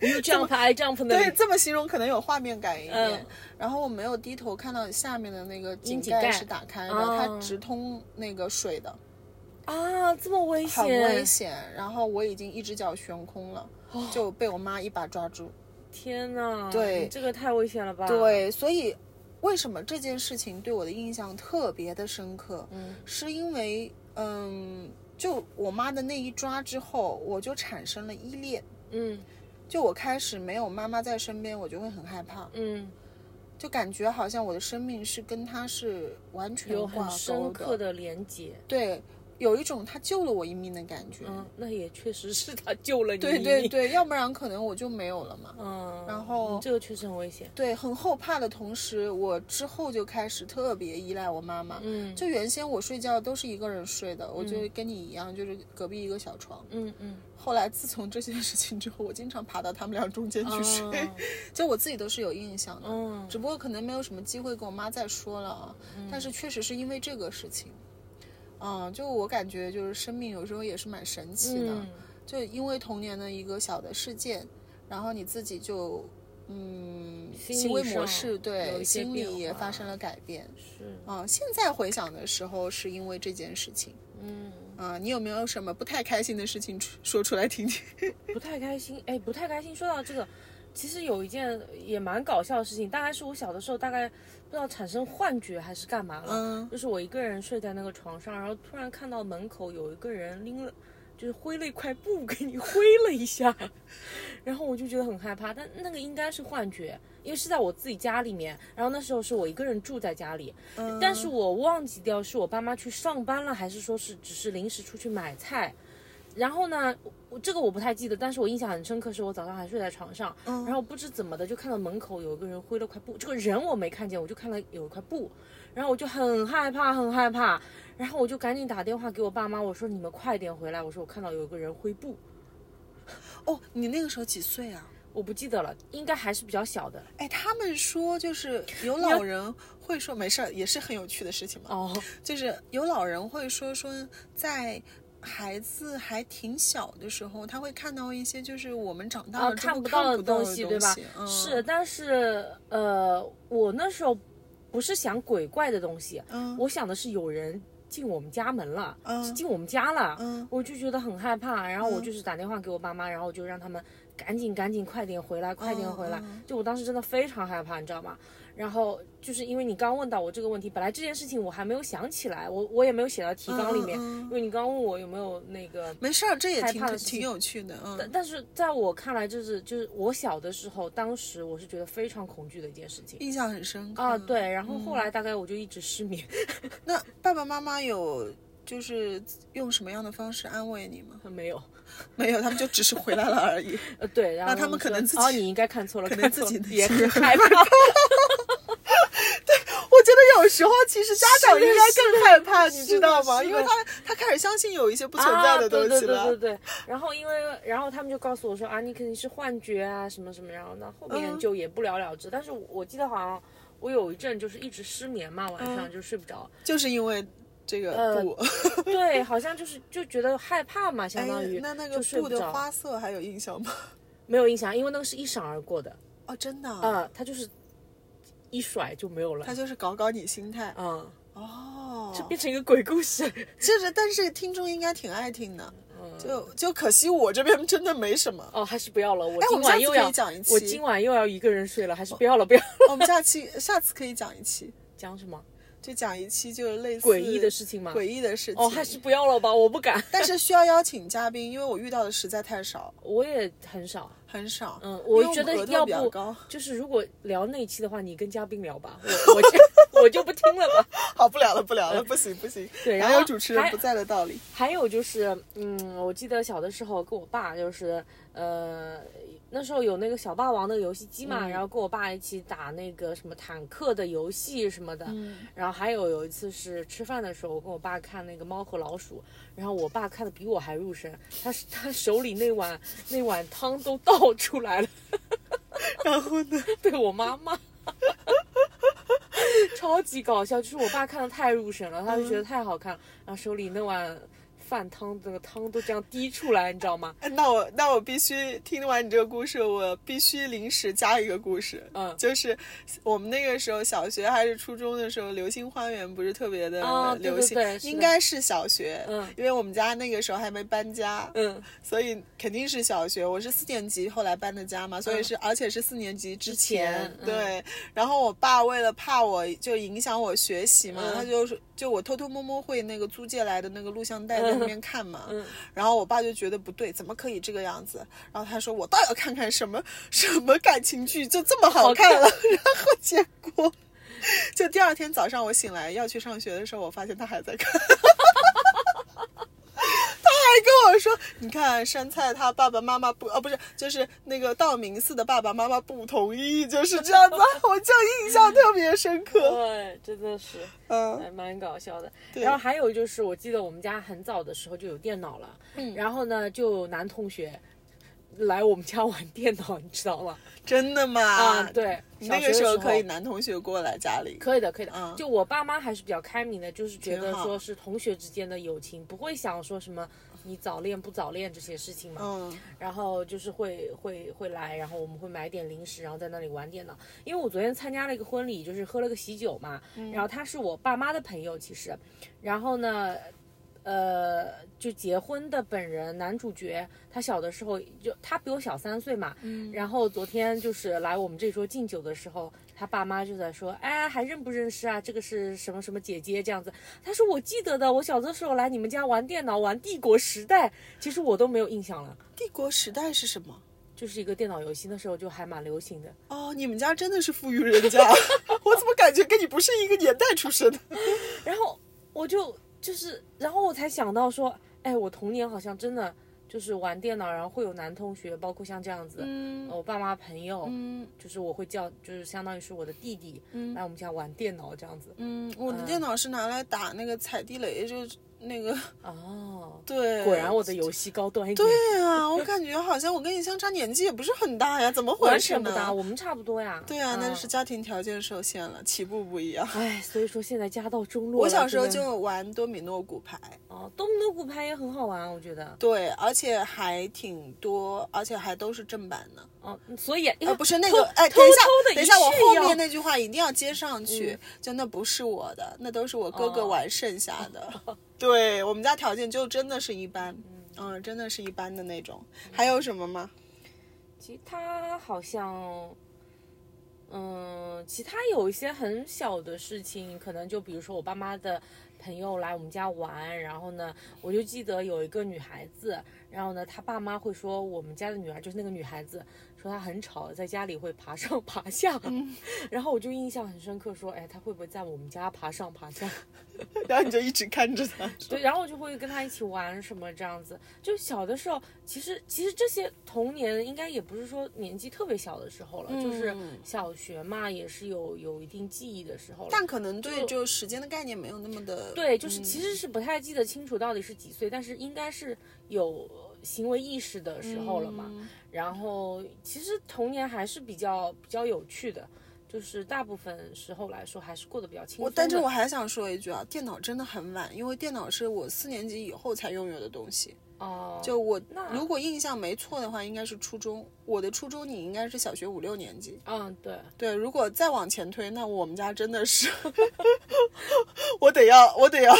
A: ，You jump, I jump 那
B: 对，
A: 里，
B: 这么形容可能有画面感一点。
A: 嗯
B: 然后我没有低头看到下面的那个井
A: 井盖
B: 盖是打开的，
A: 哦
B: 它直通那个水的，
A: 啊，这么危
B: 很
A: 险，
B: 危险。然后我已经一只脚悬空了，
A: 哦
B: 就被我妈一把抓住。
A: 天哪，
B: 对
A: 你这个太危险了吧？，
B: 对，所以为什么这件事情对我的印象特别的深刻？
A: 嗯
B: 是因为嗯，就我妈的那一抓之后，我就产生了依恋。
A: 嗯
B: 就我开始没有妈妈在身边，我就会很害怕，
A: 嗯，
B: 就感觉好像我的生命是跟她是完全
A: 有
B: 挂
A: 很
B: 钩
A: 深刻的连结。
B: 对，有一种她救了我一命的感觉。
A: 嗯，那也确实是他救了你。
B: 对对，对，要不然可能我就没有了嘛。
A: 嗯，
B: 然后
A: 嗯这个确实很危险。
B: 对，很后怕的同时，我之后就开始特别依赖我妈妈。
A: 嗯
B: 就原先我睡觉都是一个人睡的，我就跟你一样，就是隔壁一个小床。
A: 嗯嗯，
B: 后来自从这件事情之后，我经常爬到他们俩中间去睡，
A: 哦
B: 就我自己都是有印象的，
A: 嗯
B: 只不过可能没有什么机会跟我妈再说了啊。但是确实是因为这个事情，嗯，就我感觉就是生命有时候也是蛮神奇的，
A: 嗯
B: 就因为童年的一个小的事件，然后你自己就嗯，
A: 心理
B: 行为模
A: 上
B: 式
A: 有
B: 对
A: 一些
B: 心
A: 变
B: 理也
A: 化
B: 发生了改变。
A: 是，
B: 嗯，现在回想的时候，是因为这件事情。
A: 嗯，
B: 啊，你有没有什么不太开心的事情出说出来听听？
A: 不太开心，哎，不太开心。说到这个，其实有一件也蛮搞笑的事情，大概是我小的时候，大概不知道产生幻觉还是干嘛了，
B: 嗯
A: 就是我一个人睡在那个床上，然后突然看到门口有一个人拎了，就是挥了一块布给你挥了一下， 然后我就觉得很害怕，但那个应该是幻觉，因为是在我自己家里面，然后那时候是我一个人住在家里，但是我忘记掉是我爸妈去上班了，还是说是只是临时出去买菜。然后呢，我这个我不太记得，但是我印象很深刻，是我早上还睡在床上，然后不知怎么的就看到门口有一个人挥了块布，这个人我没看见，我就看到有一块布，然后我就很害怕，很害怕，然后我就赶紧打电话给我爸妈，我说你们快点回来，我说我看到有一个人挥布，
B: 哦，你那个时候几岁啊？
A: 我不记得了，应该还是比较小的
B: 哎，他们说就是有老人会说没事儿，也是很有趣的事情嘛。
A: 哦，
B: 就是有老人会说说在。孩子还挺小的时候，他会看到一些就是我们长大
A: 啊
B: 了之后
A: 看不
B: 看
A: 到
B: 不
A: 的
B: 到
A: 东
B: 的
A: 西
B: 东
A: 对吧
B: 嗯、
A: 是，，但是呃，我那时候不是想鬼怪的东西，
B: 嗯，
A: 我想的是有人进我们家门了，
B: 嗯
A: 是进我们家了，
B: 嗯
A: 我就觉得很害怕，然后我
B: 嗯
A: 就是打电话给我爸妈，然后我就让他们赶紧赶紧快点回来，快点回来
B: 嗯。
A: 就我当时真的非常害怕，你知道吗？然后就是因为你刚问到我这个问题，本来这件事情我还没有想起来，我我也没有写到提纲里面，
B: 嗯嗯嗯
A: 因为你刚问我有没有那个。
B: 没事儿，这也
A: 害
B: 挺
A: 怕的事
B: 挺
A: 情
B: 有趣的，嗯
A: 但但是在我看来，就是就是我小的时候，当时我是觉得非常恐惧的一件事情
B: 印象很深刻
A: 啊，对。然后
B: 嗯
A: 后来大概我就一直失眠，
B: 那爸爸妈妈有就是用什么样的方式安慰你吗？
A: 没有，
B: 没有，他们就只是回来了 而已。
A: 呃，对，然后
B: 那他们可
A: 说
B: 能自
A: 哦，
B: 己
A: 你应该看错了，
B: 可能
A: 看错
B: 自己
A: 了
B: 内
A: 也
B: 心
A: 很
B: 很
A: 害怕，
B: 我觉得有时候其实家长应该更害怕，
A: 是
B: 你知道吗？
A: 是的
B: 因为他他开始相信有一些不存在的东
A: 啊、对
B: 西
A: 对对
B: 了
A: 对。对。然后因为然后他们就告诉我说啊，你肯定是幻觉啊什么什么，然后呢后面
B: 嗯
A: 就也不了了之。但是我我记得好像我有一阵就是一直失眠嘛，晚上
B: 嗯
A: 就睡不着。
B: 就是因为这个
A: 呃
B: 布，
A: 对，好像就是就觉得害怕嘛，相
B: 哎
A: 当于、，
B: 那那个
A: 就睡
B: 布
A: 不
B: 的
A: 着。
B: 花色还有印象吗？
A: 没有印象，因为那个是一闪而过的
B: 哦，真的啊，
A: 啊，它就是一甩就没有了
B: 他。就是搞搞你心态
A: 嗯，
B: 哦。
A: 就变成一个鬼故事。
B: 就是，但是听众应该挺爱听的，
A: 嗯
B: 就就可惜我这边真的没 什么。
A: 哦，还是不要了。我
B: 哎
A: 今
B: 我们下
A: 晚
B: 次
A: 又
B: 可以
A: 要
B: 讲一
A: 我
B: 期哦
A: 今晚又要一个人睡了，还是不要了，不要了。
B: 我们下期下次可以讲一期，
A: 讲什么
B: 就讲一期就是类似
A: 诡异的事情吗？
B: 诡异的事情。
A: 哦，还是不要了吧，我不敢。
B: 但是需要邀请嘉宾，因为我遇到的实在太少，
A: 我也很少，
B: 很少。
A: 嗯，
B: 因为
A: 觉
B: 们
A: 得
B: 额头
A: 要
B: 比较
A: 不
B: 高，
A: 就是如果聊那一期的话，你跟嘉宾聊吧，我我就 我就不听了吧。
B: 好不聊了，不聊了，不行不行，
A: 对然
B: 哪有
A: 后
B: 主持人
A: 还
B: 不在的道理？
A: 还有就是，嗯，我记得小的时候跟我爸就是，呃，那时候有那个小霸王的游戏机
B: 嗯
A: 嘛，然后跟我爸一起打那个什么坦克的游戏什么的。
B: 嗯
A: 然后还有有一次是吃饭的时候，我跟我爸看那个《猫和老鼠》，然后我爸看的比我还入神，他他手里那碗 那碗汤都倒出来了。
B: 然后呢？
A: 对我妈骂，超级搞笑。就是我爸看的太入神了，他就
B: 嗯
A: 觉得太好看了，然后手里那碗饭汤那个汤都这样滴出来，你知道吗？
B: 哎那我那我必须听完你这个故事，我必须临时加一个故事。
A: 嗯
B: 就是我们那个时候小学还是初中的时候，《流星花园》不是特别的
A: 啊对
B: 流行，
A: 对对是的
B: 应该是小学。
A: 嗯
B: 因为我们家那个时候还没搬家，
A: 嗯，
B: 所以肯定是小学。我是四年级后来搬的家嘛，所以是、而且是四年级之
A: 嗯前嗯
B: 对，然后我爸为了怕我就影响我学习嘛，
A: 嗯
B: 他就是就我偷偷摸摸会那个租借来的那个录像带在那边看嘛。
A: 嗯
B: 然后我爸就觉得不对，怎么可以这个样子？然后他说我倒要看看什么什么感情剧就这么好看了。 然后结果。就第二天早上我醒来要去上学的时候，我发现他还在看。跟我说，你看山菜他爸爸妈妈不，啊，不是，就是那个道明寺的爸爸妈妈不同意，就是这样子，我就印象特别深刻。
A: 对，真的是
B: 嗯
A: 还蛮搞笑的。
B: 对
A: 然后还有就是，我记得我们家很早的时候就有电脑了，嗯然后呢就有男同学。来我们家玩电脑，你知道吗？
B: 真的吗？
A: 啊，，对，
B: 你
A: 小
B: 那
A: 学
B: 个
A: 的时
B: 候可以男同嗯学过来家里，
A: 可以的，可以的。
B: 嗯
A: 就我爸妈还是比较开明的，就是觉得
B: 挺好
A: 说是同学之间的友情，不会想说什么你早恋不早恋这些事情嘛。
B: 嗯，
A: 然后就是会会会来，然后我们会买点零食，然后在那里玩电脑。因为我昨天参加了一个婚礼，就是喝了个喜酒嘛，然后他是我爸妈的朋友，其实，然后呢。呃，就结婚的本人男主角，他小的时候就他比我小三岁嘛，然后昨天就是来我们这桌敬酒的时候，他爸妈就在说，哎，还认不认识啊？这个是什么什么姐姐这样子。他说我记得的，我小的时候来你们家玩电脑，玩帝国时代，其实我都没有印象了。
B: 帝国时代是什么？
A: 就是一个电脑游戏，那时候就还蛮流行的。
B: 哦，你们家真的是富裕人家， 我怎么感觉跟你不是一个年代出生的？
A: 然后我就就是，然后我才想到说，哎，我童年好像真的就是玩电脑，然后会有男同学，包括像这样子，
B: 嗯
A: 呃我爸妈朋友，
B: 嗯
A: 就是我会叫，就是相当于是我的弟弟、来我们家玩电脑这样子。
B: 嗯，我的电脑是拿来打那个踩地雷，就是那个
A: 哦，
B: 对。
A: 果然我的游戏高端一点，
B: 对啊，我感觉好像我跟你相差年纪也不是很大呀，怎么回
A: 完
B: 事
A: 全
B: 呢？
A: 不搭，我们差不多呀。
B: 对啊，那
A: 嗯
B: 就是。家庭条件受限了，起步不一样。
A: 哎，所以说现在家道中落了。
B: 我小时候
A: 真的
B: 就玩多米诺骨牌，
A: 哦，东米诺骨牌也很好玩，我觉得。
B: 对，而且还挺多，而且还都是正版的。
A: 哦，所以
B: 呃，不是那
A: 偷
B: 个，哎，
A: 偷
B: 等一下
A: 偷，的
B: 等一下，我后面
A: 那
B: 那句话一定要接上去，就那不是我的，那都是我哥哥
A: 嗯哦
B: 玩剩下的。 对我们家条件就真的是一般，嗯，真的是一般的那种。
A: 嗯
B: 还有什么吗？
A: 其他好像，嗯，其他有一些很小的事情，可能就比如说我爸妈的朋友来我们家玩，然后呢，我就记得有一个女孩子，然后呢，她爸妈会说我们家的女儿就是那个女孩子，说她很吵，在家里会爬上爬下， 然后我就印象很深刻，说，哎，她会不会在我们家爬上爬下？
B: 然后你就一直看着他，
A: 对，然后我就会跟他一起玩什么这样子。就小的时候，其实其实这些童年应该也不是说年纪特别小的时候了，就是
B: 嗯
A: 小学嘛，也是有有一定记忆的时候了。
B: 但可嗯能对
A: 就
B: 就时间的概念没有那么的
A: 对，就是其实是不太记得清楚到底是几岁，但是应该是有行为意识的时候了嘛。
B: 嗯
A: 然后其实童年还是比较比较有趣的，就是大部分时候来说还是过得比较轻松
B: 我
A: 的。
B: 但是我还想说一句啊，电脑真的很晚，因为电脑是我四年级以后才拥有的东西。
A: 哦，
B: 就我
A: 那
B: 如果印象没错的话，应该是初中。我的初中你应该是小学五六年级。
A: 嗯对，
B: 对，如果再往前推，那我们家真的是， 我得要，我得要，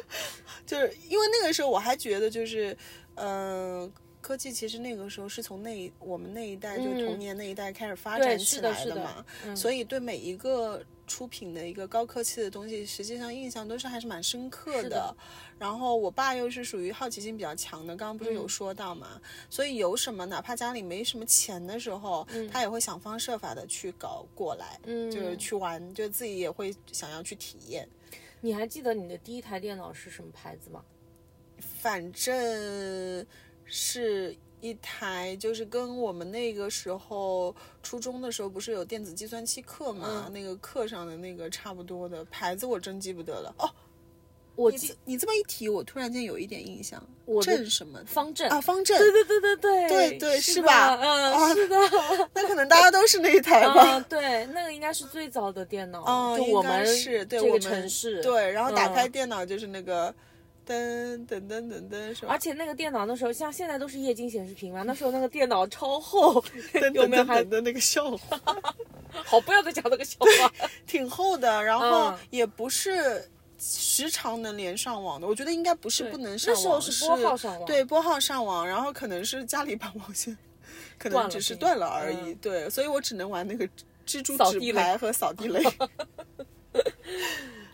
B: 就是因为那个时候我还觉得就是，呃，科技其实那个时候是从那一我们那一代、就是童
A: 嗯
B: 年那一代开始发
A: 对
B: 展
A: 是
B: 起
A: 的
B: 来
A: 是的
B: 嘛，
A: 嗯
B: 所以对每一个。出品的一个高科技的东西，实际上印象都是还是蛮深刻
A: 是的
B: 然后我爸又是属于好奇心比较强的，刚刚不
A: 嗯
B: 是有说到嘛，所以有什么哪怕家里没什么钱的时候，他也会想方设法的去搞过来，
A: 嗯，
B: 就是去玩，就自己也会想要去体验。
A: 你还记得你的第一台电脑是什么牌子吗？
B: 反正是一台，就是跟我们那个时候初中的时候不是有电子计算器课嘛，那个课上的那个差不多的牌子，我真记不得了。哦，
A: 我
B: 你这
A: 记
B: 你这么一提，我突然间有一点印象，
A: 我的
B: 正什么的
A: 方正
B: 啊，方正。
A: 对对对对对
B: 对对是
A: 是
B: 吧
A: 嗯，
B: 啊
A: 是的，
B: 那可能大家都是那一台吧。
A: 嗯，对，那个应该是最早的电脑，
B: 哦，
A: 就
B: 应
A: 我
B: 该
A: 们
B: 是对
A: 这个
B: 我们
A: 城市，。
B: 对，然后打开
A: 嗯
B: 电脑就是那个噔噔噔噔噔什么
A: 而，且那个电脑那时候像现在都是液晶显示屏嘛，那时候那个电脑超厚，
B: 噔
A: 有
B: 噔
A: 没有
B: 噔
A: 还
B: 噔的那个笑话，
A: 好不要再讲这个笑话。
B: 挺厚的，然后
A: 嗯
B: 也不是时常能连上网的，我觉得应该不是不能上
A: 那
B: 网，
A: 时候是拨号上网，
B: 对，拨号上网，然后可能是家里把网线可
A: 断
B: 能
A: 了
B: 只是
A: 这
B: 断
A: 样
B: 了而已，
A: 嗯
B: 对，所以我只能玩那个蜘蛛
A: 扫
B: 纸
A: 地
B: 牌
A: 雷
B: 和扫 地雷。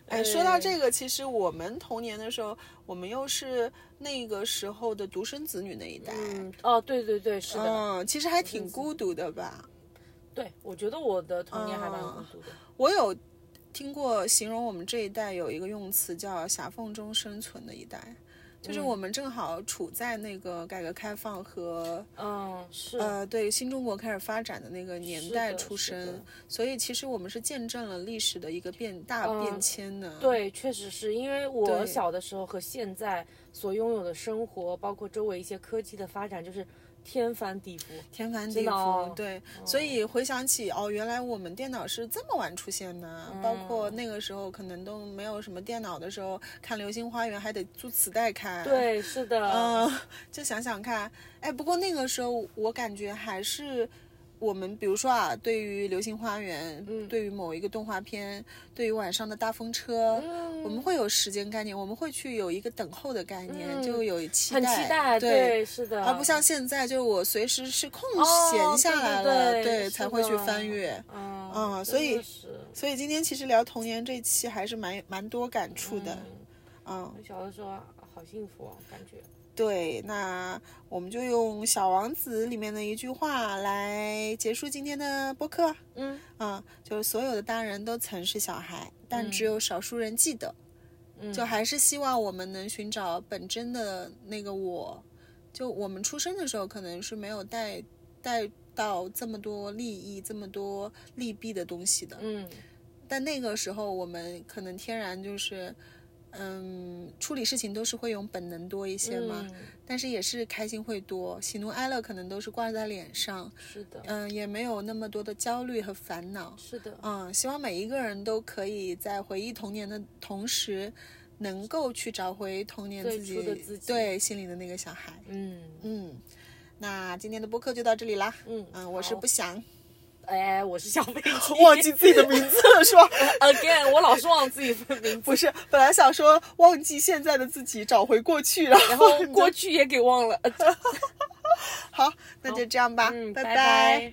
B: 哎，说到这个，其实我们童年的时候，我们又是那个时候的独生子女那一代，
A: 嗯，哦，对对对，是的，
B: 嗯，其实还
A: 独
B: 挺
A: 生子
B: 孤独的吧。
A: 对，我觉得我的童年还蛮孤
B: 嗯
A: 独的。
B: 我有听过形容我们这一代有一个用词叫“狭缝中生存”的一代，就是
A: 嗯
B: 我们正好处在那个改革开放和
A: 嗯，是，
B: 呃，对新中国开始发展的那个年
A: 是
B: 代
A: 的
B: 出
A: 是的
B: 生，所以其实我们是见证了历史的一个变大变
A: 嗯
B: 迁的。，
A: 对，确实是因为我
B: 对
A: 小的时候和现在所拥有的生活，包括周围一些科技的发展，就是天翻地覆，
B: 天翻地
A: 知道
B: 覆，对，所
A: 嗯
B: 以回想起哦，原来我们电脑是这么晚出现的，
A: 嗯
B: 包括那个时候可能都没有什么电脑的时候，看《流星花园》还得租磁带看，，
A: 对，是的，
B: 嗯、就想想看，哎，不过那个时候我感觉还是我们，比如说啊，对于《流星花园》，
A: 嗯
B: 对于某一个动画片，对于晚上的大风车，
A: 嗯
B: 我们会有时间概念，我们会去有一个等候的概念，
A: 嗯
B: 就有期待，
A: 很期待，
B: 对。
A: 对，是的，
B: 而不像现在，就我随时是空
A: 哦
B: 闲下来
A: 对
B: 了，
A: 对对是
B: 才会去
A: 的
B: 翻阅。
A: 嗯，
B: 嗯
A: 真
B: 所以
A: 的是
B: 所以今天其实聊童年这一期还是蛮蛮多感触的。
A: 嗯
B: 嗯，
A: 我小的时候啊好幸福哦，感觉，
B: 对，那我们就用《小王子》里面的一句话来结束今天的播客。
A: 嗯
B: 嗯，就是所有的大人都曾是小孩，但只有少数人记得。
A: 嗯，
B: 就还是希望我们能寻找本真的那个我。就我们出生的时候，可能是没有带带到这么多利益、这么多利弊的东西的。
A: 嗯
B: 但那个时候，我们可能天然就是，嗯，处理事情都是会用本能多一些嘛。
A: 嗯，
B: 但是也是开心会多，喜怒哀乐可能都是挂在脸上，
A: 是的，
B: 嗯，也没有那么多的焦虑和烦恼。
A: 是的，
B: 嗯，希望每一个人都可以在回忆童年的同时，能够去找回童年
A: 最
B: 自
A: 初
B: 己
A: 的自己
B: 对心里的那个小孩。
A: 嗯
B: 嗯，那今天的播客就到这里啦。
A: 嗯
B: 嗯，我是
A: 好
B: 不祥，
A: 哎，我是小飞机，
B: 忘记自己的名字 了是吧？
A: again，我老是忘自己的名字，
B: 不是，本来想说忘记现在的自己，找回过去，然后
A: 然后过去也给忘了， 呃
B: 好，那就这样吧，
A: 嗯，
B: 拜
A: 拜